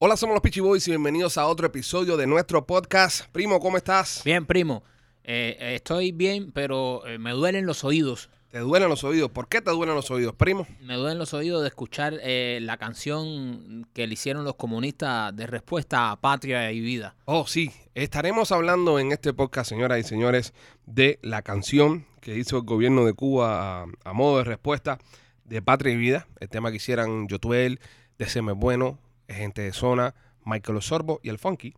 Hola, somos los Peachy Boys y bienvenidos a otro episodio de nuestro podcast. Primo, ¿cómo estás? Bien, primo. Eh, eh, estoy bien, pero eh, me duelen los oídos. ¿Te duelen los oídos? ¿Por qué te duelen los oídos, primo? Me duelen los oídos de escuchar eh, la canción que le hicieron los comunistas de respuesta a Patria y Vida. Oh, sí. Estaremos hablando en este podcast, señoras y señores, de la canción que hizo el gobierno de Cuba a, a modo de respuesta de Patria y Vida. El tema que hicieran Yotuel, DCM Bueno, Gente de Zona, Michael Osorbo y El Funky.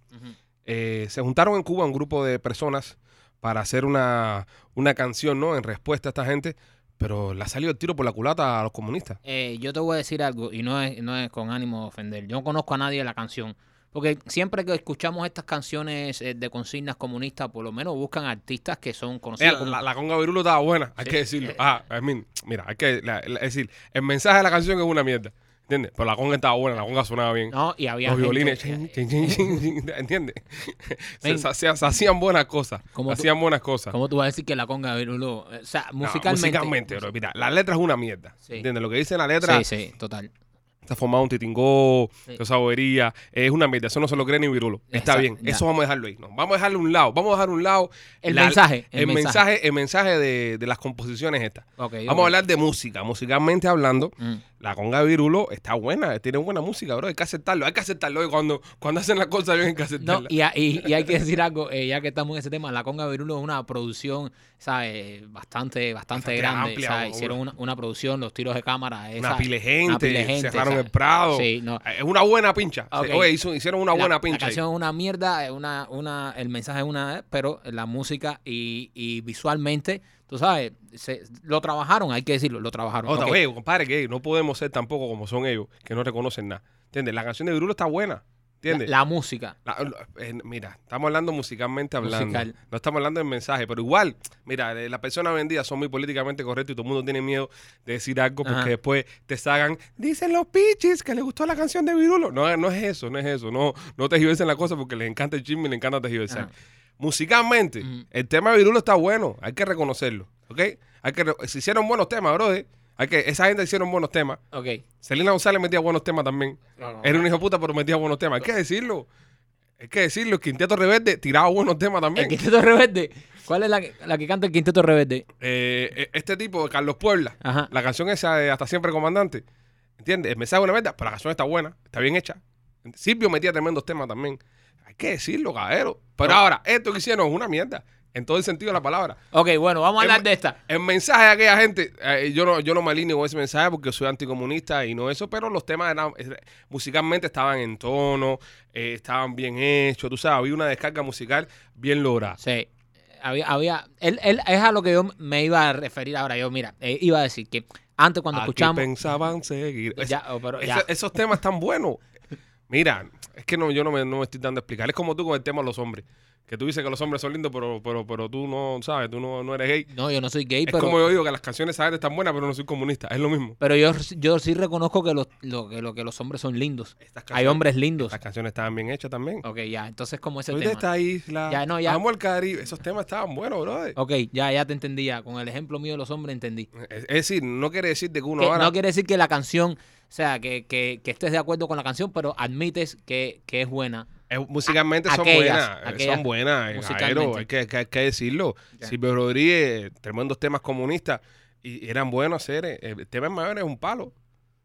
Eh, se juntaron en Cuba un grupo de personas para hacer una, una canción, ¿no? En respuesta a esta gente, pero la salió el tiro por la culata a los comunistas. Eh, yo te voy a decir algo, y no es, no es con ánimo de ofender. Yo no conozco a nadie de la canción. Porque siempre que escuchamos estas canciones eh, de consignas comunistas, por lo menos buscan artistas que son Mira, conocidos como- la, la conga virulo estaba buena, hay que eh, decirlo. Ah, I mean, mira, hay que la- la- es decir, el mensaje de la canción es una mierda, ¿entiendes? Pero la conga estaba buena, la conga sonaba bien. No, y había Los gente- violines, chin, chin, chin, chin, chin, ¿entiendes? Se, Ven. se hacían- se hacían buenas cosas, Como se tú- hacían buenas cosas. ¿Cómo tú vas a decir que la conga de Virulo? O sea, No, musicalmente. musicalmente, bro, mira, la letra es una mierda, Sí. ¿entiendes? Lo que dice la letra Sí, sí, total. está formado un titingó, Sí. esa bobería, es una mierda, eso no se lo cree ni virulo. Está Exacto, bien, ya. eso vamos a dejarlo ahí. no, Vamos a dejarlo a un lado, vamos a dejar a un lado El la- mensaje, el, el mensaje, mensaje. el mensaje de, de las composiciones estas. Ok, vamos ok. a hablar de música, musicalmente hablando. Mm. La conga de virulo está buena, tiene buena música, bro. Hay que aceptarlo, hay que aceptarlo. Y cuando, cuando hacen las cosas bien, hay que No, aceptarlo. y, a- y- y hay que decir algo, eh, ya que estamos en ese tema, La Conga Virulo es una producción, ¿sabes? Bastante, bastante Bastante grande, amplia, ¿sabes? una- Hicieron una, una producción, los tiros de cámara. una esa- pile gente, una pile gente, cerraron ¿sabes? el Prado. Sí, no. Es una buena pincha. Ok. Oye, hizo- hicieron una La- buena la, pincha. ahí. canción es una mierda, es una, una, el mensaje es una, eh, pero la música y, y visualmente, tú sabes, se- lo trabajaron, hay que decirlo, lo trabajaron. Otra, Ok. oye, compadre, que no podemos ser tampoco como son ellos, que no reconocen nada. ¿Entiendes? La canción de Virulo está buena. La, ¿Entiendes? la música. La- la- eh, mira, estamos hablando musicalmente hablando. Musical. No estamos hablando del mensaje, pero igual, mira, eh, las personas vendidas son muy políticamente correctas y todo el mundo tiene miedo de decir algo porque Ajá. después te sacan, dicen los pichis que les gustó la canción de Virulo. No, no es eso, no es eso. No, no tergiversen la cosa porque les encanta el chisme y les encanta tergiversar. Ajá. Musicalmente, Ujú. el tema de Virulo está bueno, hay que reconocerlo, ¿ok? Hay que, re- se hicieron buenos temas, brother. Hay que, esa gente hicieron buenos temas. Ok. Selena González metía buenos temas también. No, no, Era un hijo de puta, pero metía buenos temas. Hay que decirlo. Hay que decirlo. El Quinteto Rebelde tiraba buenos temas El también. Quinteto Rebelde. ¿Cuál es la, que- la que canta el Quinteto Rebelde? Eh, eh, este tipo, Carlos Puebla, Ajá. la canción esa de Hasta Siempre Comandante. ¿Entiendes? El mensaje es una mierda, pero la canción está buena, está bien hecha. Silvio metía tremendos temas también. Hay que decirlo, caballero. Pero ahora, esto que hicieron es una mierda. En todo el sentido de la palabra. Ok, bueno, vamos a Es hablar mu- de esta. El mensaje de aquella gente, eh, yo no yo no me alineo con ese mensaje porque soy anticomunista y no eso, pero los temas eran, eh, musicalmente estaban en tono, eh, estaban bien hechos, tú sabes, había una descarga musical bien lograda. Sí. eh, Había, había, él, él, es a lo que yo me iba a referir ahora. Yo, mira, eh, iba a decir que antes cuando Aquí escuchamos. pensaban seguir. Es- Ya, oh, pero esa- ya. esos temas tan buenos. Mira, es que no, yo no me, no me estoy dando a explicar. Es como tú con el tema de los hombres. Que tú dices que los hombres son lindos, pero, pero, pero tú no sabes, tú no, no eres gay. No, yo no soy gay, es pero, como yo digo que las canciones saben están buenas, pero no soy comunista. Es lo mismo. pero yo, yo sí reconozco que los, lo, que, lo, que los hombres son lindos. Estas canciones- Hay hombres lindos. Las canciones estaban bien hechas también. Ok, ya. Entonces, como ese Soy de tema. esta isla. Ya, no, ya. Oh. Amo el Caribe. Esos temas estaban buenos, brother. Ok, ya, ya te entendí. Ya. Con el ejemplo mío de los hombres entendí. Es es decir, no quiere decir de que uno Que ahora. no quiere decir que la canción, o sea, que, que, que estés de acuerdo con la canción, pero admites que, que es buena. Eh, musicalmente son Aquellas, buenas. eh, Son aquellas buenas. eh, musicalmente. Jairo, hay, que, hay que- hay que decirlo. Ya. Silvio Rodríguez, tremendos temas comunistas. Y eran buenos hacer. eh, El tema en mayor es un palo.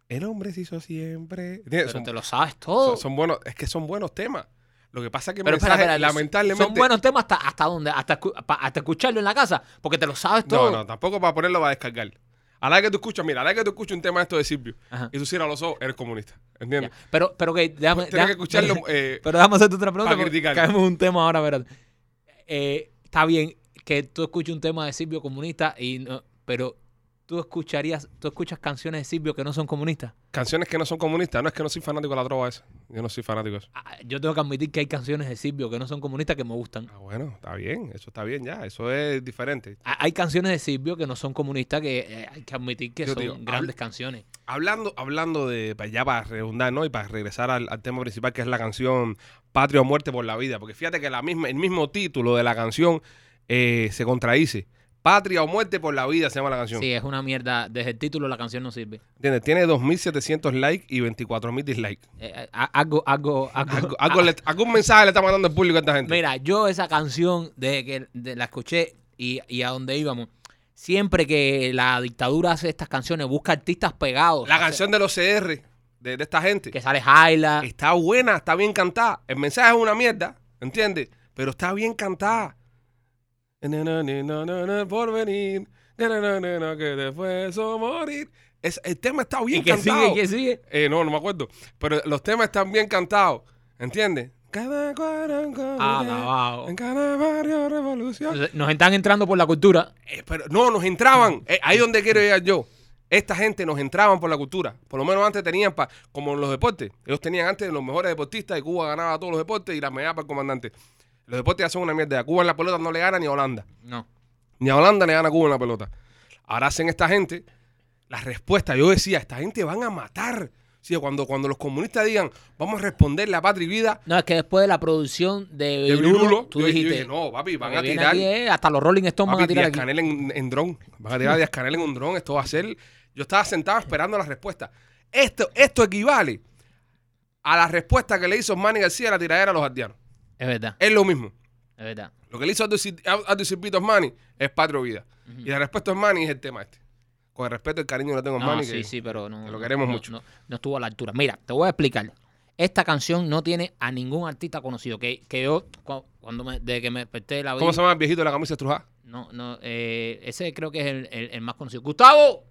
El hombre se hizo siempre. ¿Entiendes? Pero Son, te lo sabes todo. son- son buenos. Es que son buenos temas. Lo que pasa es que el Pero espera, mensaje, espera, los- lamentablemente. Son buenos temas hasta, hasta donde, hasta, escu- pa- hasta escucharlo en la casa, porque te lo sabes No, todo. no, tampoco para ponerlo va a descargar. A la vez que tú escuchas, mira, a la vez que tú escuchas un tema de esto de Silvio Ajá. y tú cierras los ojos, eres comunista. Ya, ¿Entiendes? Pero, pero que déjame, Tienes que déjame- escucharlo. eh, Pero déjame hacerte otra pregunta. pa' porque criticar. Caemos en un tema ahora, ¿verdad? Eh, está bien que tú escuches un tema de Silvio comunista, y no- pero tú escucharías, tú escuchas canciones de Silvio que no son comunistas. canciones que no son comunistas. No es que no soy fanático de la trova esa. Yo no soy fanático de eso. Ah, Yo tengo que admitir que hay canciones de Silvio que no son comunistas que me gustan. Ah, bueno, está bien. Eso está bien ya. Eso es diferente. Ah, Hay canciones de Silvio que no son comunistas que eh, hay que admitir que Yo son digo, grandes canciones. Hablando, hablando de, para ya para redundar, ¿no? Y para regresar al, al tema principal, que es la canción Patria o Muerte por la Vida. Porque fíjate que la misma, el mismo título de la canción eh, se contradice. Patria o muerte por la vida se llama la canción. Sí, es una mierda. Desde el título la canción no sirve. ¿Entiendes? Tiene 2.700 likes y 24.000 dislikes. Eh, eh, a- algo, algo, algo. Algo- algo le- algún mensaje le está mandando el público a esta gente. Mira, yo esa canción, desde que de- la escuché y, y a donde íbamos, siempre que la dictadura hace estas canciones, busca artistas pegados. la Hace- canción de los CR, de, de esta gente, Que sale Jaila. está buena, está bien cantada. El mensaje es una mierda, ¿entiendes? Pero está bien cantada. Na, na, na, na, na, na, Por venir, na, na, na, na, na, que después o morir. Es- el tema está bien Y que cantado. sigue, y que sigue. Eh, no, no me acuerdo. Pero los temas están bien cantados. ¿Entiendes? Cada Ah, cuadrangular, lavado. en cada barrio revolución. Entonces, Nos están entrando por la cultura. Eh, pero no, nos entraban. Eh, ahí donde quiero llegar yo. Esta gente nos entraban por la cultura. Por lo menos antes tenían, pa- como en los deportes. Ellos tenían antes los mejores deportistas y Cuba ganaba todos los deportes y la medalla para el comandante. Los deportes ya son una mierda. A Cuba en la pelota no le gana ni a Holanda. No. Ni a Holanda le gana a Cuba en la pelota. Ahora hacen esta gente la respuesta. Yo decía, esta gente van a matar. O sea, cuando, cuando los comunistas digan, vamos a responder la patria y vida No, es que después de la producción de de Virulo, Virulo, tú yo- yo dijiste. dije, no, papi, van lo a que viene tirar. aquí es- hasta los Rolling Stones van a Papi, tirar Díaz aquí. Canel en, en dron. Van a tirar a Díaz Canel en un dron. Esto va a ser. Yo estaba sentado esperando la respuesta. Esto, esto equivale a la respuesta que le hizo Manny García a la tiradera a los ardianos. Es verdad, Es lo mismo. es verdad. Lo que le hizo a Adu Silvito Manny es patrio vida. Y la respuesta de Manny es el tema este. Con el respeto y el cariño que le tengo a No, Manny. sí, que- sí, pero no. que lo queremos no- mucho. No, no estuvo a la altura. Mira, te voy a explicar. Esta canción no tiene a ningún artista conocido. Que, que yo, cu- cuando me, desde que me desperté la ¿Cómo vi- se llama el viejito de la camisa estrujada? No, no, eh, ese creo que es el, el- el más conocido. ¡Gustavo!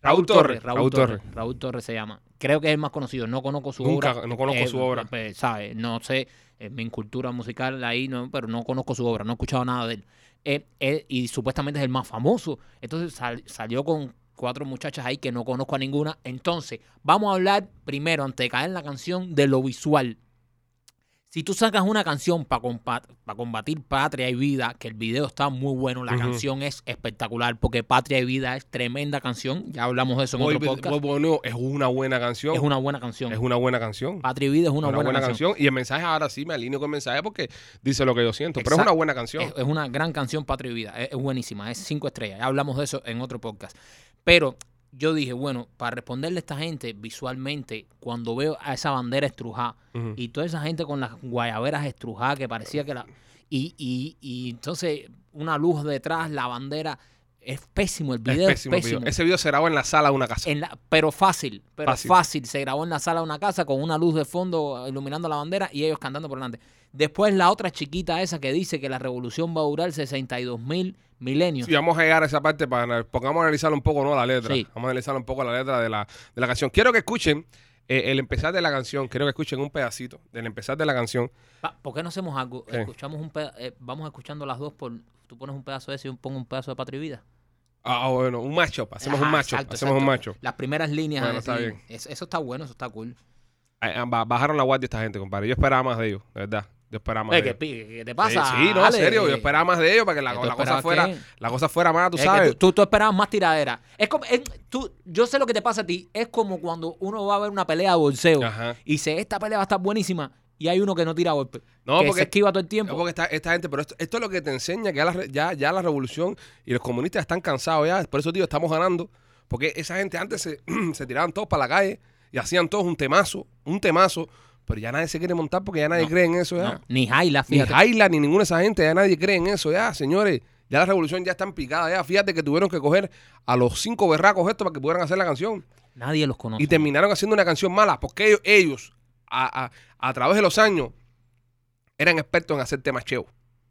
Raúl Torres, Raúl, Raúl Torres. Torres. Raúl Torres se llama. Creo que es el más conocido. No conozco su Nunca, obra. no conozco su obra. pues, ¿sabe? No sé, eh, mi cultura musical ahí, no, pero no conozco su obra. No he escuchado nada de él. Eh, eh, y supuestamente es el más famoso. Entonces sal- salió con cuatro muchachas ahí que no conozco a ninguna. Entonces, vamos a hablar primero, antes de caer en la canción, de lo visual. Si tú sacas una canción para combatir Patria y Vida, que el video está muy bueno, la Ujú. canción es espectacular, porque Patria y Vida es tremenda canción, ya hablamos de eso en Voy- otro podcast, voy- voy- no, pues, es una buena canción. es una buena canción. Es una buena canción. Patria y Vida es una, buena, canción. Y el mensaje ahora sí me alineo con el mensaje porque dice lo que yo siento. Pero es Exacto. una buena canción. Es, es una gran canción Patria y Vida, es, es buenísima, es cinco estrellas, ya hablamos de eso en otro podcast. Pero yo dije, bueno, para responderle a esta gente visualmente, cuando veo a esa bandera estrujada, Ujú. y toda esa gente con las guayaberas estrujadas que parecía que la... Y, y, y entonces una luz detrás, la bandera, es pésimo, el Es video es pésimo pésimo. el video. Ese video se grabó en la sala de una casa. En la- pero fácil, pero Fácil. fácil. Se grabó en la sala de una casa con una luz de fondo iluminando la bandera y ellos cantando por delante. Después la otra chiquita esa que dice que la revolución va a durar 62 mil milenios. Sí, vamos a llegar a esa parte para ana- porque vamos a analizar un poco ¿no? la letra. Sí. Vamos a analizar un poco la letra de la, de la canción. Quiero que escuchen eh, el empezar de la canción. Quiero que escuchen un pedacito del empezar de la canción. Pa- ¿Por qué no hacemos algo? ¿Qué? Escuchamos un peda- eh, vamos escuchando las dos por... Tú pones un pedazo de ese y yo pongo un pedazo de Patria y Vida. Ah, ah, bueno, un macho. Hacemos un Ajá, macho. exacto, hacemos un exacto. macho. Las primeras líneas. Bueno, eh, está sí. bien. Es- eso está bueno, eso está cool. Ah, ah, ba- Bajaron la guardia esta gente, compadre. Yo esperaba más de ellos, de verdad. Yo esperaba más Oye, de que ellos. pi- que te pasa? Sí, sí, no, en Ale? serio. Yo esperaba más de ellos para que la, ¿Tú la cosa esperabas fuera, qué? la cosa fuera más, tú Es que sabes. tú, tú esperabas más tiradera. Es como, es- tú, yo sé lo que te pasa a ti. Es como cuando uno va a ver una pelea de bolseo Ajá. y dice, esta pelea va a estar buenísima y hay uno que no tira golpe. No, que porque- se esquiva todo el No, tiempo. porque esta, esta gente, pero esto, esto es lo que te enseña que ya la, re- ya, ya la revolución y los comunistas están cansados ya. Por eso, tío, estamos ganando. Porque esa gente antes se, se tiraban todos para la calle y hacían todos un temazo, un temazo. Pero ya nadie se quiere montar porque ya nadie No, cree en eso ya. No, ni Jaila, ni fíjate. Jaila, ni ninguna de esa gente, ya nadie cree en eso ya, señores. Ya la revolución ya está en picada ya. Fíjate que tuvieron que coger a los cinco berracos estos para que pudieran hacer la canción. Nadie los conoce. Y terminaron haciendo una canción mala porque ellos, ellos a, a- a través de los años, eran expertos en hacer temas cheos.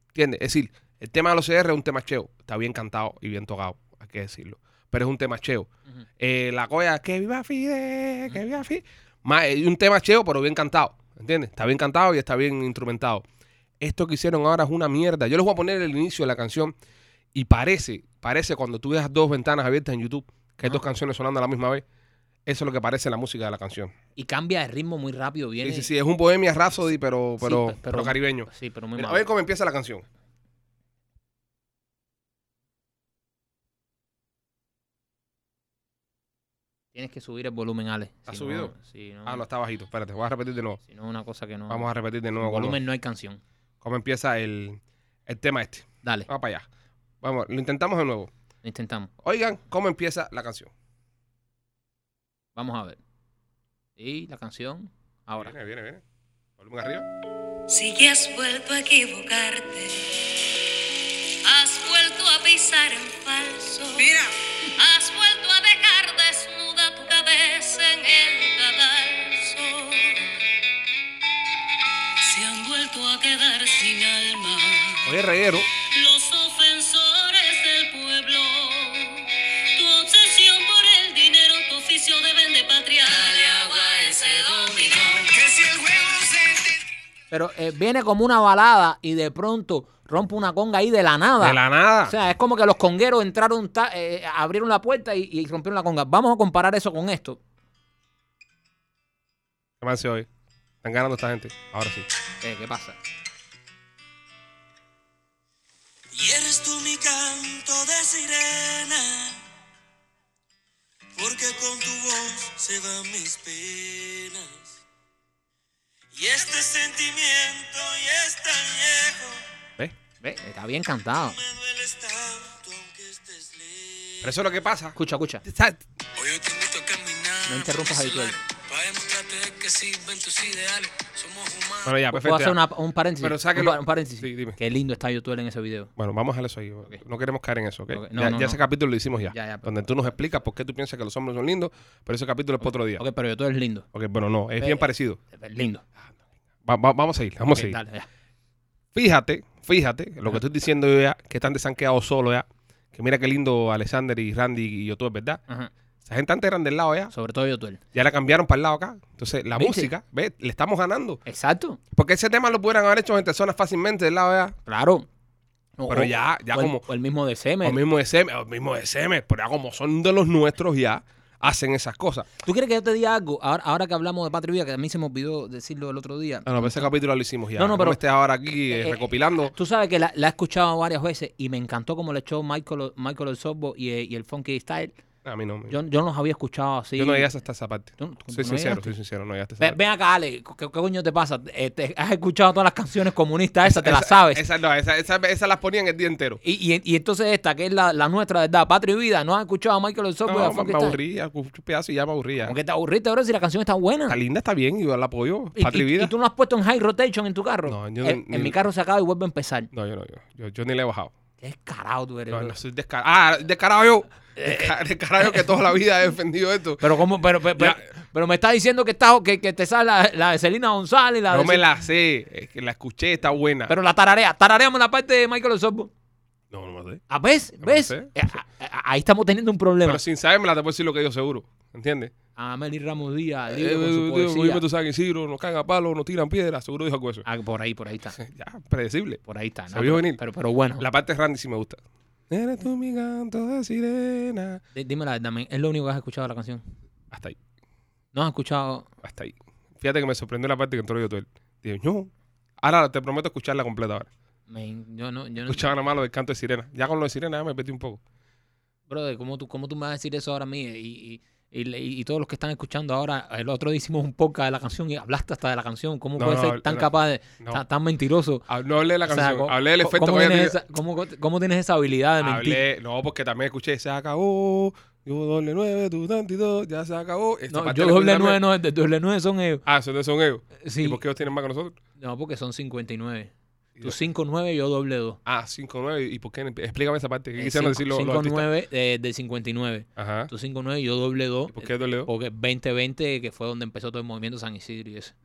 ¿Entiendes? Es decir, el tema de los CR es un tema cheo. Está bien cantado y bien tocado, hay que decirlo. Pero es un tema cheo. Ujú. Eh, la coya, que viva Fide, que viva Fide. Más, eh, un tema cheo, pero bien cantado. ¿Entiendes? Está bien cantado y está bien instrumentado. Esto que hicieron ahora es una mierda. Yo les voy a poner el inicio de la canción y parece, parece cuando tú dejas dos ventanas abiertas en YouTube, que hay Ajá. dos canciones sonando a la misma vez. Eso es lo que parece la música de la canción. Y cambia de ritmo muy rápido. Viene, Sí, sí, sí, es un Bohemia Rhapsody, pero, Sí, pero, pe- pero, caribeño. Sí, pero muy Mira, a malo. ver cómo empieza la canción. Tienes que subir el volumen, Ale. ¿Ha Si subido? No, si no, Ah, no, está bajito. Espérate, voy a repetir de nuevo. si no, una cosa que no... Vamos a repetir de Sin nuevo cómo, volumen no hay canción. cómo empieza el, el tema este. Dale. Vamos para allá. Vamos, lo intentamos de nuevo. Lo intentamos. Oigan cómo empieza la canción. Vamos a ver. Y la canción, ahora. Viene, viene, viene. Volumen arriba. Si ya has vuelto a equivocarte, has vuelto a pisar en falso, Mira, has vuelto a dejar desnuda tu cabeza en el cadalso. Se han vuelto a quedar sin alma Oye, reguero. los ofensores del pueblo. Tu obsesión por el dinero, tu oficio de vende patria. Dale agua a ese dominó. que si el juego se te... Pero eh, viene como una balada y de pronto rompe una conga ahí de la nada. De la nada. O sea, es como que los congueros entraron, ta- eh, abrieron la puerta y, y rompieron la conga. Vamos a comparar eso con esto. ¿Qué más se oye? Están ganando esta gente. Ahora sí. Eh, ¿Qué pasa? Y eres tú mi canto de sirena, porque con tu voz se van mis penas. Y este sentimiento ya es tan viejo, ¿Ves? Ve, está bien cantado. me dueles tanto aunque estés lejos. Pero eso es lo que pasa. Escucha, escucha. ¿Sabes? Hoy yo te invito a caminar. No interrumpas, por mis Habitual. lares, Para demostrarte que sirven tus ideales, somos humanos. Bueno, ya, perfecto. Puedo hacer ya. una- un paréntesis. Pero un, sáquelo. pa- un paréntesis. Sí, dime. Qué lindo está YouTube en ese video. Bueno, vamos a dejarlo eso ahí. No queremos caer en eso, ¿ok? Ok, no, ya no, ya no. ese capítulo lo hicimos ya, Ya, pues. ya. Donde tú nos explicas por qué tú piensas que los hombres son lindos, pero ese capítulo es para otro día. Ok, pero YouTube es lindo. Ok, bueno, no, es Ve- bien parecido. Es lindo. Va- va- vamos a ir, vamos a Ok, seguir. dale, ya. Fíjate, fíjate, lo Ajá. que estoy diciendo yo ya, que están desanqueados solo ya. Que mira qué lindo Alexander y Randy y yo es ¿verdad? Ajá. Esa gente antes eran del lado ya. Sobre todo YouTube. Ya la cambiaron para el lado acá. Entonces, la ¿Viste? música, ¿ves? Le estamos ganando. Exacto. Porque ese tema lo pudieran haber hecho gente sola fácilmente del lado ya. Claro. Pero ya- ya o el- como- o el mismo de Semer. O mismo SM, o mismo SM, pero ya como son de los nuestros ya, hacen esas cosas. ¿Tú quieres que yo te diga algo? Ahora, ahora que hablamos de Patria Vida, que a mí se me olvidó decirlo el otro día. No, no, pero ese capítulo lo hicimos ya. Ah, pues, No, no, pero- me estés ahora aquí eh, Eh, eh, recopilando. Tú sabes que la, la he escuchado varias veces y me encantó como le echó Michael, Michael el Softball y, eh, y el Funky Style. A mí no. me- Yo, Yo, yo no los había escuchado así. no llegué hasta esa parte. Tú- tú Soy no sincero, llegaste. soy sincero, no llegaste a esa Ve- parte. Ven acá, Ale, ¿qué, qué coño te pasa? Eh, te- has escuchado todas las canciones comunistas esas, te las sabes. Esas no, esas esa, esa las ponían el día entero. Y, y- y entonces esta, que es la, la nuestra, ¿verdad? Patria y Vida, ¿no pues, has escuchado a Michael el Softball? y a No, me, Funky me Style? aburría, escuché un pedazo y ya me aburría. Como que te aburriste ahora si la canción está buena. Está linda, está bien, yo la apoyo. Y, Patria y y- vida. y tú no has puesto en high rotation en tu carro. No, yo en, ni- en mi carro se acaba y vuelve a empezar. No, yo no, yo, yo, yo ni le he bajado. Qué descarado tú eres. No, bro. no soy descarado. Ah, descarado yo. Eh. Desca- Descarado yo que toda la vida he defendido esto. Pero cómo, pero, pero, pero, pero me estás diciendo que estás, que, que te sale la, la de Selena González, la No de- me la sé, es que la escuché, está buena. Pero la tararea, tarareamos la parte de Michael Osorbo. no, no me la sé. ¿Ah, ves? No ¿Ves? sé. Eh, a- a- ahí estamos teniendo un problema. Pero sin saberme la te puedo decir lo que yo seguro. ¿Entiendes? A Meli Ramos Eh, Díaz, libre con su Dime tú poesía. sabes que Isidro, nos caen a palo, nos tiran piedras, seguro dijo algo de eso. Ah, por ahí, por ahí está. Ya, predecible. Por ahí está. Se ¿no? vio Pero- venir. Pero, pero bueno, La parte de Randy sí me gusta. Eres tú mi canto de sirena. di- dime la verdad, men, es lo único que has escuchado de la canción. Hasta ahí, No has escuchado. hasta ahí. Fíjate que me sorprendió la parte que entró yo todo él. Dije, no. Ahora te prometo escucharla completa ahora. Mm. men, yo no, yo no. Escuchaba nada más lo del canto de sirena. Ya con lo de sirena ya me metí un poco. Brother, ¿cómo tú, ¿cómo tú me vas a decir eso ahora a mí? Y, y, y, y todos los que están escuchando ahora, el otro día hicimos un podcast de la canción y hablaste hasta de la canción. ¿Cómo No, puedes no, ser tan no, capaz de, no. tan, tan mentiroso? Ah, No hablé de la O sea, canción, ¿cómo- hablé del efecto ¿cómo que ella tienes, tiene. esa, cómo, cómo tienes esa habilidad de mentir? Hablé, no, porque también escuché, se acabó. Yo doble nueve, tú tanto y todo, ya se acabó. Esta No, parte yo la doble escuché 9 también. no, de doble 9 son ellos. Ah, eso no son ellos. Sí. ¿Y por qué ellos tienen más que nosotros? No, porque son 59. yo- Tú 5-9, yo doble 2. Ah, 5-9. ¿Y por qué? Explícame esa parte. ¿Qué Eh, quisieron decir cinco- los, los cinco artistas? nueve, eh, de 59. Ajá. Tú 5-9, yo doble 2. ¿Y por qué doble dos? Porque 2020, que fue donde empezó todo el movimiento San Isidro y eso.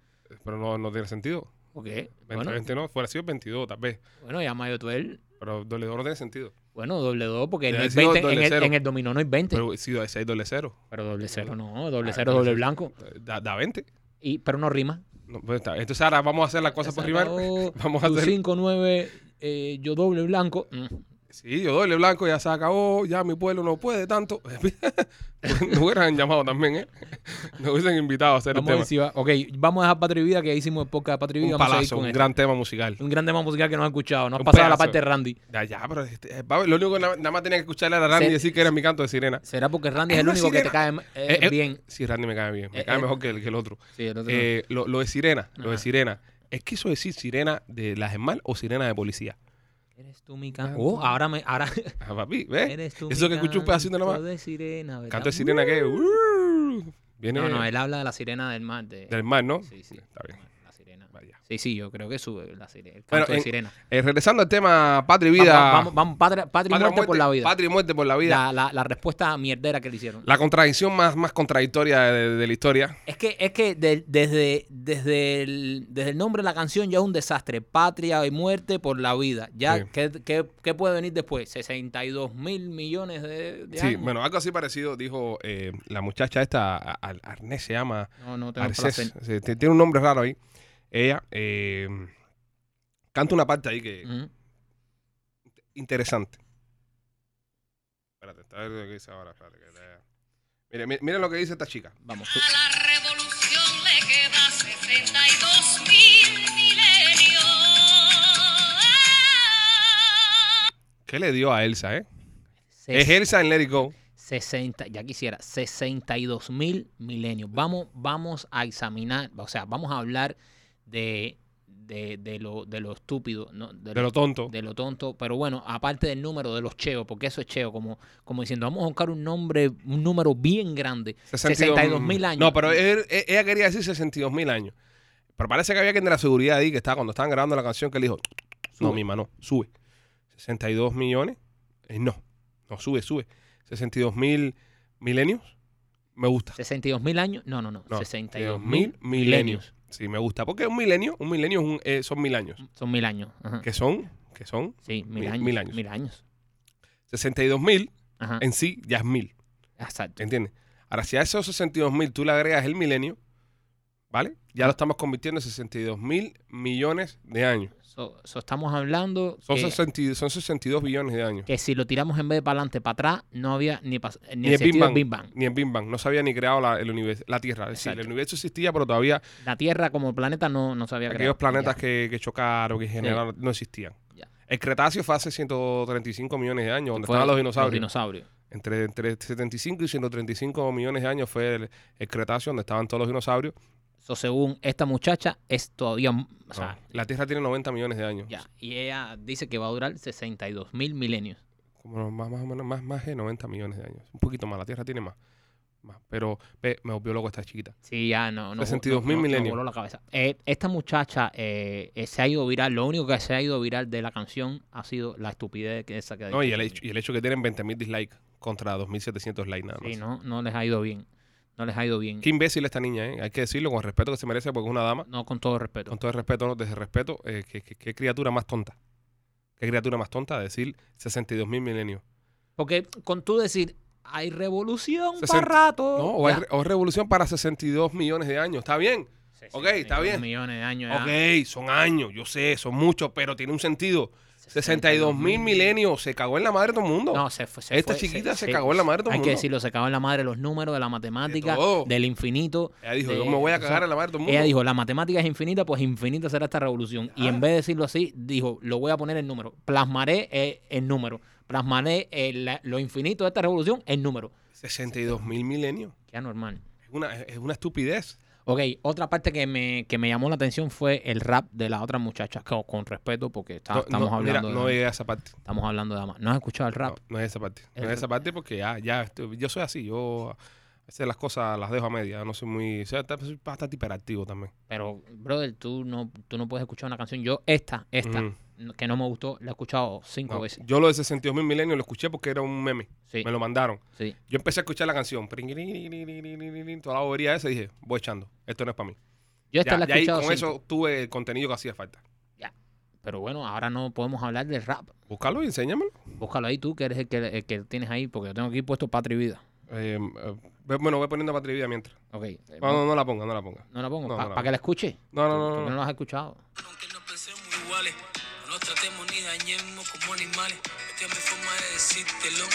Pero no, no tiene sentido. Ok, 20, eh, Bueno, 20 no, fuera sido 22 tal vez. bueno, ya Mayo Tuel. Pero doble 2 no tiene sentido. Bueno, doble 2, porque Debe no hay haber sido 20, en, doble el, cero. en el dominó no hay 20. Pero, Pero si hay 6 doble 0, doble 0 no, doble Ah, 0 doble cero. doble blanco. da, da 20. Y, pero no rima. No, pues está. Entonces ahora vamos a hacer las cosas por rival. Vamos a hacer. 5-9, eh, yo doble blanco. Mm. Sí, yo doble blanco, ya se acabó, ya mi pueblo no puede tanto. Nos hubieran llamado también, ¿eh? Nos hubiesen invitado a hacer Vamos a el tema. ver si va. Ok, vamos a dejar Patria y Vida, que hicimos el podcast de Patria y Vida. un vamos a palazo, seguir con un esto. gran tema musical. Un gran tema musical que no has escuchado. No has Un pasado a la pedazo. parte de Randy. Ya, ya, pero este, eh, Pablo, lo único que na- nada más tenía que escucharle era a Randy Se- y decir que era mi canto de sirena. ¿Será porque Randy Es es el una único que te cae eh, Eh, eh, bien? Sí, Randy me cae bien, me Eh, cae eh. mejor que el, que el otro. Sí, el otro no. Eh, lo, lo de sirena, lo de Ajá. sirena. ¿Es quiso decir sirena de la Gemal o sirena de policía? Eres tú mi canto. Oh, ahora me. Ahora, Ah, papi, ¿ves? eres tú eh, Eso mi que escuché un pedacito nada canto más. de sirena, ¿verdad? Canto de sirena que. uh, viene No, no, él habla de la sirena del mar. De... del mar, ¿no? Sí, sí. Está bien. La sirena. Vaya. Sí, sí, yo creo que sube la sirena. El Bueno, canto de en- sirena. Eh, regresando al tema Patria y Vamos, Vida. vamos, vamos, patria, patria y Patria muerte por la vida. Patria y muerte por la vida. La, la- la respuesta mierdera que le hicieron. La contradicción más, más contradictoria de, de la historia. Es que, es que de- desde, desde, el, desde el nombre de la canción ya es un desastre. Patria y muerte por la vida. Ya, Sí. ¿qué, qué, qué puede venir después? 62 mil millones de, de Sí, años. bueno, algo así parecido dijo eh, la muchacha esta, a- Al- Arnés se llama. No, no tengo Arcés. placer. Sí, t- tiene un nombre raro ahí. Ella eh, canta una parte ahí que Ujú. interesante. Espérate, está ver lo que dice ahora. espérate, que te- Mire, mi- miren lo que dice esta chica. Vamos. A la revolución le queda 62 mil milenios. ¿Qué le dio a Elsa, eh? Se- Es Elsa en Let It Go. 60, ya quisiera, 62 mil milenios. Vamos, vamos a examinar, o sea, vamos a hablar de, de, de lo, de lo estúpido, ¿no? de, De lo tonto. de lo tonto, pero bueno, aparte del número de los cheos, porque eso es cheo, como, como diciendo, vamos a buscar un nombre, un número bien grande, 62 mil años. No, pero él- él- ella quería decir 62 mil años. Pero parece que había quien de la seguridad ahí que estaba cuando estaban grabando la canción que le dijo, no, Sube. mi mano, sube. 62 millones. Eh, no, no, sube, sube. 62 mil milenios. Me gusta. 62 mil años, no, no, no, No, 62 mil mil milenios. Sí, me gusta. Porque un milenio, un milenio es un- eh, son mil años. Son mil años. ajá. Que son, que son Sí, mil, mil- años. mil años. 62 mil, Ajá, en sí ya es mil. exacto. ¿Entiendes? Ahora, si a esos 62 mil tú le agregas el milenio, ¿vale? Ya lo estamos convirtiendo en 62 mil millones de años. So- so estamos hablando Son, que- 60 son 62 billones de años. que si lo tiramos en vez de para adelante, para atrás, no había ni, pas- eh, ni el Big el sentido del Bang. Big Bang. Ni el Big Bang. No se había ni creado la, el universo, la Tierra. Es decir, Exacto. el universo existía, pero todavía La Tierra como planeta no, no se había aquellos creado. planetas Ya. que, que chocaron, que generaron, no existían. Ya. El Cretáceo fue hace 135 millones de años, donde Fue estaban los dinosaurios. dinosaurios. entre, entre 75 y 135 millones de años fue el, el Cretáceo, donde estaban todos los dinosaurios. So, según esta muchacha, es todavía... m- o sea, No, La Tierra tiene 90 millones de años. ya. Y ella dice que va a durar 62 mil milenios. como más, más o menos, más, más de 90 millones de años. Un poquito más, la Tierra tiene más. más. Pero ve, me volvió loco esta chiquita. Sí, ya no. no 62.000 no- no- no milenios. voló la cabeza. Eh, esta muchacha eh, eh, se ha ido viral. Lo único que se ha ido viral de la canción ha sido la estupidez que esa que ha No, dicho. y el hecho, y el hecho que tienen 20.000 dislikes contra 2.700 likes nada más. Sí, no, no les ha ido bien. No les ha ido bien. Qué imbécil esta niña, ¿eh? Hay que decirlo con el respeto que se merece porque es una dama. No con todo respeto. Con todo el respeto, ¿no? desde el respeto, eh, ¿qué, qué- qué criatura más tonta? ¿Qué criatura más tonta? Decir 62.000 milenios. Porque con tú decir, hay revolución Sesenta- para rato. No, o, hay ya. re- o hay revolución para 62 millones de años. ¿Está bien? ok, está 62 bien. millones de años. ya. Ok, son años, yo sé, son muchos, pero tiene un sentido. 62 mil milenios, se cagó en la madre todo el mundo. No, se fue. se Esta fue, chiquita se cagó en la madre todo el Hay mundo. que decirlo, se cagó en la madre los números de la matemática, todo. del infinito. Ella dijo, de- yo me voy a o sea, cagar en la madre todo el mundo. Ah. Ella dijo, la matemática es infinita, pues infinita será esta revolución. Y en vez de decirlo así, dijo, lo voy a poner en número. Plasmaré eh, el número. Plasmaré eh, la- lo infinito de esta revolución en número. 62 mil milenios. Qué anormal. Es una, es una estupidez. Ok, otra parte que me, que me llamó la atención fue el rap de la otra muchacha, co- con, respeto, porque está- No, estamos, no, hablando Mira, no de, llegué a esa parte. estamos hablando de damas. ¿No has escuchado el No, rap? no llegué a esa parte. No El- llegué a esa parte porque ya, ya estoy- yo soy así. Yo a veces las cosas las dejo a media. No soy muy. o sea, ta- soy bastante hiperactivo también. Pero, brother, tú no, tú no puedes escuchar una canción. Yo, esta, esta, Ujú. no- que no me gustó, la he escuchado cinco Mm. No, veces. Yo lo de 62 mil milenios lo escuché porque era un meme. Sí, Me lo mandaron. sí. Yo empecé a escuchar la canción. pringuiriririririririririn, Toda la bobería esa y dije, voy echando. Esto no es para mí. Yo esta Ya- la he ya ahí escuchado con cinco. eso tuve el contenido que hacía falta. Pero bueno, ahora no podemos hablar del rap. Búscalo y enséñamelo. Búscalo ahí tú, que eres el que, el que tienes ahí, porque yo tengo aquí puesto Patri Vida. Eh, eh, ve- bueno, voy poniendo Patria y Vida mientras. Ok. eh, No, no, no la ponga, no la ponga. no la pongo, no, para no. que la escuche. No, no, Tú- no, tú no, no no. la has escuchado. Aunque no pensemos iguales, no nos tratemos ni dañemos como animales. Esta es mi forma de decírtelo.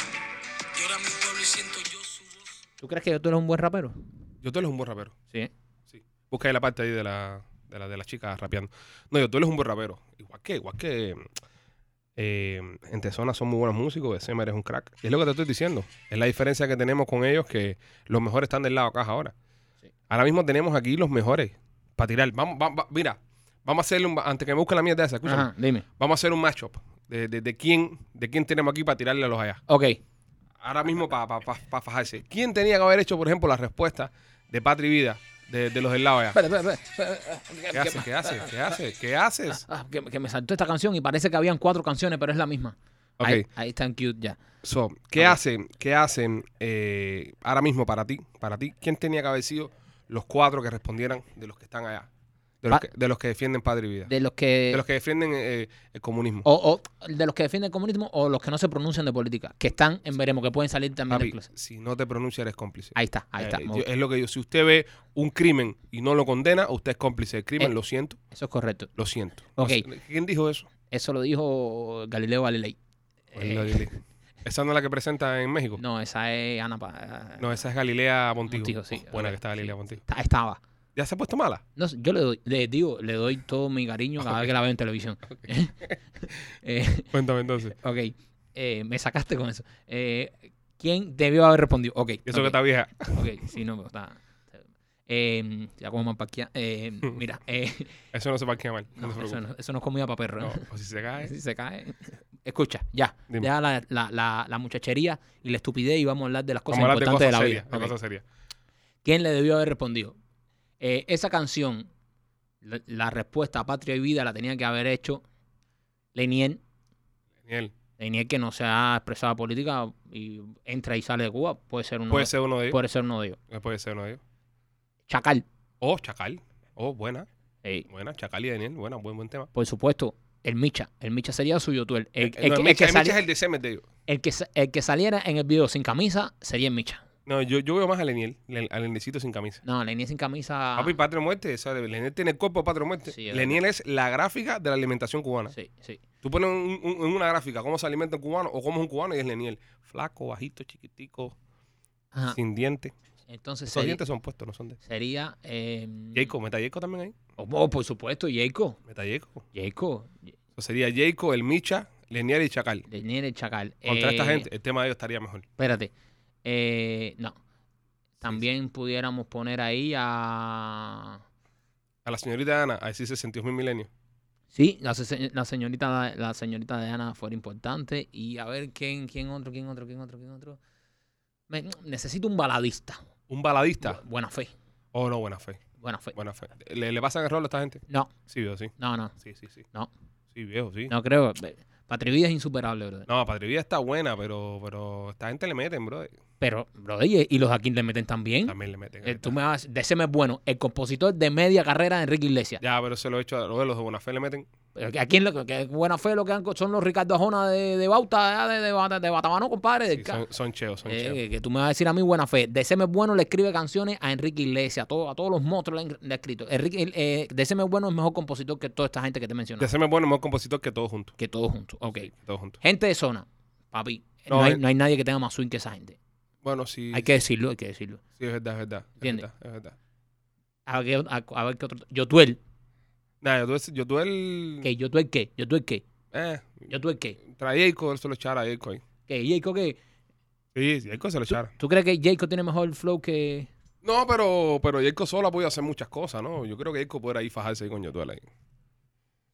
Llora mi pueblo y siento yo su voz. ¿Tú crees que tú eres un buen rapero? Yo tú eres un buen rapero. Sí. ¿eh? Sí. Busca ahí la parte ahí de la, de la, de la chica rapeando. No, yo tú eres un buen rapero. Igual que, igual que. eh, en Tesona son muy buenos músicos. Semer es un crack. Y es lo que te estoy diciendo. Es la diferencia que tenemos con ellos que los mejores están del lado de caja ahora. Sí. Ahora mismo tenemos aquí los mejores para tirar. Vamos, va- va- mira, vamos a hacerle un. Antes que me busque la mierda esa, escúchame. Ajá, dime. Vamos a hacer un matchup de, de- de quién, de quién tenemos aquí para tirarle a los allá. Ok. Ahora mismo para fajarse. ¿Quién tenía que haber hecho, por ejemplo, la respuesta de Patri Vida, de, de los del lado allá? Espera, espera, espera, ¿Qué haces? ¿Qué haces? ¿Qué haces? ¿Qué haces? Ah, que, que me saltó esta canción y parece que habían cuatro canciones, pero es la misma. Ok. Ahí, ahí están cute ya. So, ¿Qué hacen? ¿Qué hacen eh, ahora mismo para ti? Para ti, ¿quién tenía que haber sido los cuatro que respondieran de los que están allá? De los, Pa- que, de los que defienden Patri Vida. De Oh, los que. De los que defienden eh, el comunismo. O, o de los que defienden el comunismo o los que no se pronuncian de política, que están en veremos, que pueden salir también Papi, del closet. si no te pronuncias, eres cómplice. Ahí está, ahí está. Eh, me yo- gusta. es lo que yo. Si usted ve un crimen y no lo condena, usted es cómplice del crimen. Eh. Lo siento, Eso es correcto. lo siento. Ok. No sé, ¿Quién dijo eso? Eso lo dijo Galileo Galilei. Pues Eh, no, Galilei. Esa no es la que presenta en México. No, no, esa es Ana. Pa- esa es Galilea Montijo. Montijo, sí. buena Ok, que está Galilea Montijo. Ta- Estaba. ¿Ya se ha puesto mala? No, sé, yo le doy, le digo, le doy todo mi cariño cada vez que la veo en televisión. Eh, Cuéntame entonces. ok, eh, me sacaste con eso. Eh, ¿Quién debió haber respondido? Ok, Y eso que ok, está vieja. ok, sí, no, pero está. Eh, ya como me empaquea- eh, mira, eh, Eso no se parquea mal. No, no, se eso, preocupe. no, eso no es comida para perro. ¿no? No, o si se cae. Si se cae. Escucha, ya. Dime. Deja la, la- la- la muchachería y la estupidez y vamos a hablar de las cosas Vamos a hablar de importantes de, cosas la serias. vida. de Ok. cosas serias. ¿Quién le debió haber respondido? Eh, esa canción, la, la respuesta a Patria y Vida la tenía que haber hecho Leniel. Daniel, Leniel que no se ha expresado a política y entra y sale de Cuba, puede ser uno, puede de, ser uno de ellos. puede ser uno de ellos. Puede ser uno de ellos. Chacal, Oh, Chacal. Oh, buena. eh, Buena. Chacal y Daniel. Buena, buen, buen tema. por supuesto, el Micha. El Micha sería suyo tú. El, el- Eh, el no, que- el Micha- que Micha sali- es el de Semer de ellos. el que sa- el que saliera en el video sin camisa sería el Micha. No, yo, yo veo más a Leniel. Len- A Lenielcito sin camisa. No, Leniel sin camisa. Papi, Patria o Muerte. ¿sabes? Leniel tiene el cuerpo de Patria o Muerte. Ah. Sí, es Leniel es la gráfica de la alimentación cubana. Sí, sí. Tú pones un- un- en una gráfica cómo se alimenta un cubano o cómo es un cubano y es Leniel. Flaco, bajito, chiquitico, Ajá. sin dientes. Entonces Esos sería. dientes son puestos, no son de. sería em, Jacob, meta Jacob también ahí. Oh, oh, por supuesto, Jacob. Meta Jacob. Jacob. Eso sería Jacob, el Micha, Leniel y Chacal. Leniel el Chacal. Contra Eh, esta gente, el tema de ellos estaría mejor. Espérate. Eh, no. También pudiéramos poner ahí a. A la señorita Ana, así 62 mil milenios. Sí, la, se- la señorita la señorita Diana fuera importante. Y a ver quién, quién otro, quién otro, quién otro, quién otro. Me- necesito un baladista. Un baladista. Bu- buena fe. Oh, no, buena fe. Buena fe. Buena fe. ¿Le, le pasan el rol a esta gente? No, Sí, viejo, sí. no, no. Sí, sí, sí. No. Sí, viejo, sí. No, No creo. Patrivida es insuperable, brother. Patria Vida está buena, pero, pero esta gente le meten, bro. Pero, brother, y, y los de aquí le meten también. También le meten. Eh, tú me vas, de ese mes bueno, el compositor de media carrera de Enrique Iglesias. Ya, pero se lo he hecho a los de los de Buena Fe le meten. Pero que Aquí en lo que, que buena fe lo que han co- son los Ricardo Ajona de, de Bauta, de, de, Bata- de Batabano, compadre. del Sí, ca- son, son cheos, son Eh, cheos. que, que tú me vas a decir a mí buena fe. De ese mes bueno le escribe canciones a Enrique Iglesias, a, todo- a todos los monstruos le han- le ha escrito. Enrique, el- eh, de ese mes bueno es mejor compositor que toda esta gente que te mencioné. De ser bueno, mejor compositor que todos juntos. Que todos juntos. Ok. Sí, todos juntos. Gente de zona, papi. No, No, hay, eh. no hay nadie que tenga más swing que esa gente. Bueno, sí. Hay que decirlo, hay que decirlo. Sí, es verdad, es verdad. Es ¿Entiendes? verdad, es verdad. A ver, qué- a, a ver qué otro. Yotuel. Nada, yo tuve, yo tuve el. ¿Qué? ¿Yotuel qué? ¿Yotuel qué? Eh, ¿Yotuel qué? trae Jacob, él se lo echara a Jacob ahí. ¿Qué? ¿Jacob qué? Sí, sí, Jacob se lo echara. ¿Tú crees que Jacob tiene mejor flow que.? No, pero, pero Jacob solo ha podido hacer muchas cosas, ¿no? Yo creo que Jacob puede ahí fajarse ahí con Yotuel ahí.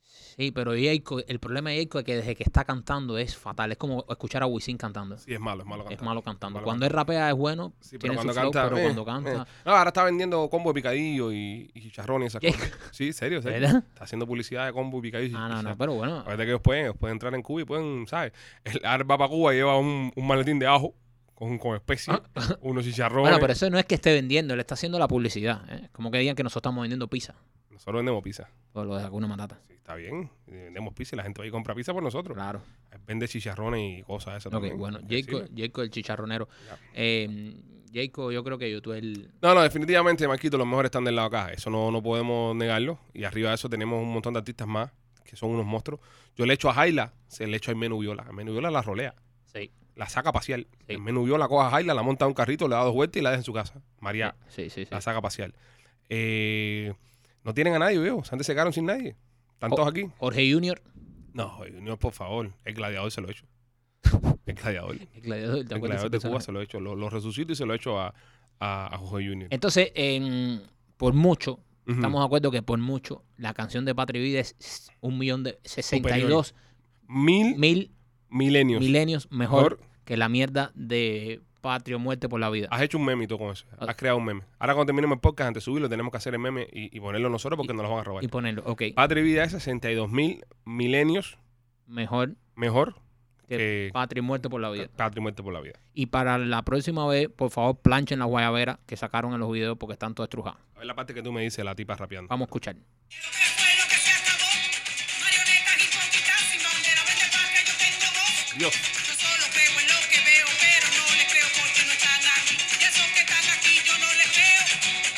Sí, pero Jacob, el problema de Jacob es que desde que está cantando es fatal. Es como escuchar a Wisin cantando. Sí, es malo, es malo cantar. es malo cantando. malo cuando él rapea es bueno, Sí, pero tiene cuando su flow, canta. pero eh, cuando canta. eh. No, ahora está vendiendo combo de picadillo y, y chicharrón y esas ¿Qué? cosas. Sí, serio, serio. ¿Verdad? Está haciendo publicidad de combo y picadillo. y Ah, no, chicharrón. no, pero bueno. Eh, A ver, que ellos pueden, ellos pueden entrar en Cuba y pueden, ¿sabes? El ahora va para Cuba y lleva un, un maletín de ajo con, con especie, unos chicharrones. Ah. Bueno, pero eso no es que esté vendiendo, le está haciendo la publicidad. ¿eh? Como que digan que nosotros estamos vendiendo pizza. Nosotros vendemos pizza. O lo de alguna matata. Sí, está bien. Vendemos pizza y la gente va y compra pizza por nosotros. Claro. Vende chicharrones y cosas de esas Ok, también. bueno, Sí, Jacob, sí. Jacob el chicharronero. Ya. Eh, Jacob, yo creo que YouTube el. No, no, definitivamente, Marquito, los mejores están del lado de acá. Eso no, no podemos negarlo. Y arriba de eso tenemos un montón de artistas más que son unos monstruos. Yo le echo a Jaila, se le echo a Menú Viola. A Menú Viola la rolea. Sí, La saca a pasear. Sí. El menú la coja a Jaila, la monta a un carrito, le da dos vueltas y la deja en su casa. María, sí, sí. sí. la saca a pasear. Eh, no tienen a nadie, veo. Antes se quedaron sin nadie. Oh. ¿Están todos aquí? Jorge Junior. No, Junior, por favor. El gladiador se lo he hecho. El gladiador. El El gladiador, ¿te acuerdas gladiador de de ese Cuba personaje? se lo he hecho. Lo, lo resucito y se lo he hecho a, a, a Jorge Junior. Entonces, em, por mucho, Ujú. estamos de acuerdo que por mucho, la canción de Patria y Vida es un millón de 62 mil Mil milenios. milenios mejor, Mejor. Ah, que la mierda de patrio muerte por la vida. Has hecho un meme y todo con eso. Ah. Has creado un meme. Ahora cuando terminemos el podcast, antes de subirlo, tenemos que hacer el meme y, y ponerlo nosotros porque nos lo van a robar. Y ponerlo, ok, Patria y Vida es 62 mil milenios mejor mejor que que patrio muerte por la vida. Patria y Muerte por la Vida. Y para la próxima vez, por favor, planchen la guayabera que sacaron en los videos porque están todas estrujadas. A ver la parte que tú me dices, la tipa rapeando. Vamos a escuchar. Lo que fue, lo que se acabó. Marionetas hipócritas sin bandera. Vete pa'l yo tengo voz. Dios. Yo solo creo en lo que veo, pero no les creo porque no están aquí. Y esos que están aquí yo no les creo.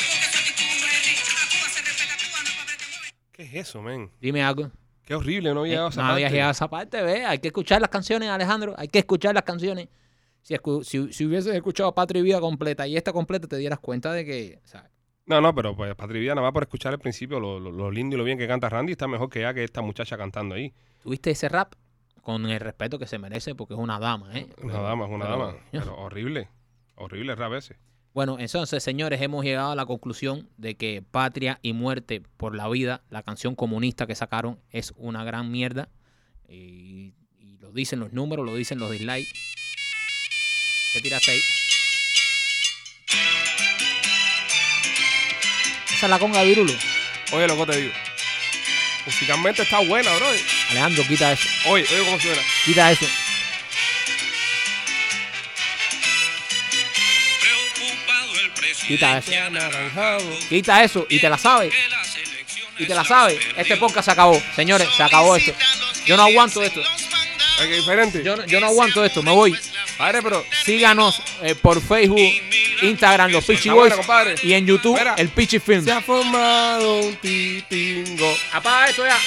Porque su actitud no es rica. A Cuba se respeta, Cuba no es pa' verte mover. ¿Qué es eso, men? Dime algo. Qué horrible, no había llegado a esa Eh, no había parte. llegado a esa parte, ve. Hay que escuchar las canciones, Alejandro. Hay que escuchar las canciones. Si, escu- si, si hubieses escuchado Patria y Vida completa y esta completa, te dieras cuenta de que. ¿sabes? No, no, pero pues Patria y Vida nada más por escuchar al principio lo, lo- lo lindo y lo bien que canta Randy está mejor que ya que esta muchacha cantando ahí. Tuviste ese rap con el respeto que se merece porque es una dama, ¿eh? Una Pero- dama, es una pero- dama. Pero horrible. Horrible rap ese. Bueno, entonces, señores, hemos llegado a la conclusión de que Patria y Muerte por la Vida, la canción comunista que sacaron, es una gran mierda. Y, y lo dicen los números, lo dicen los dislikes. ¿Qué tiraste ahí? Esa es la conga de Virulo. Oye, loco, te digo. Musicalmente está buena, bro. Alejandro, quita eso. Oye, oye cómo suena. Quita eso. Preocupado el Quita eso. presidente Anaranjado. Quita eso. Y te la sabes. que las elecciones Y te la las sabes. Este perdió. podcast se acabó. Señores, se acabó esto. Yo no aguanto esto. Ay, qué diferente. Yo, no- yo no aguanto esto. Me voy. Padre, pero Síganos eh, por Facebook, Instagram, los Pichi Está buena, Boys compadre. y en YouTube, Mira. el Pichi Film. se ha formado un titingo. Apaga esto ya.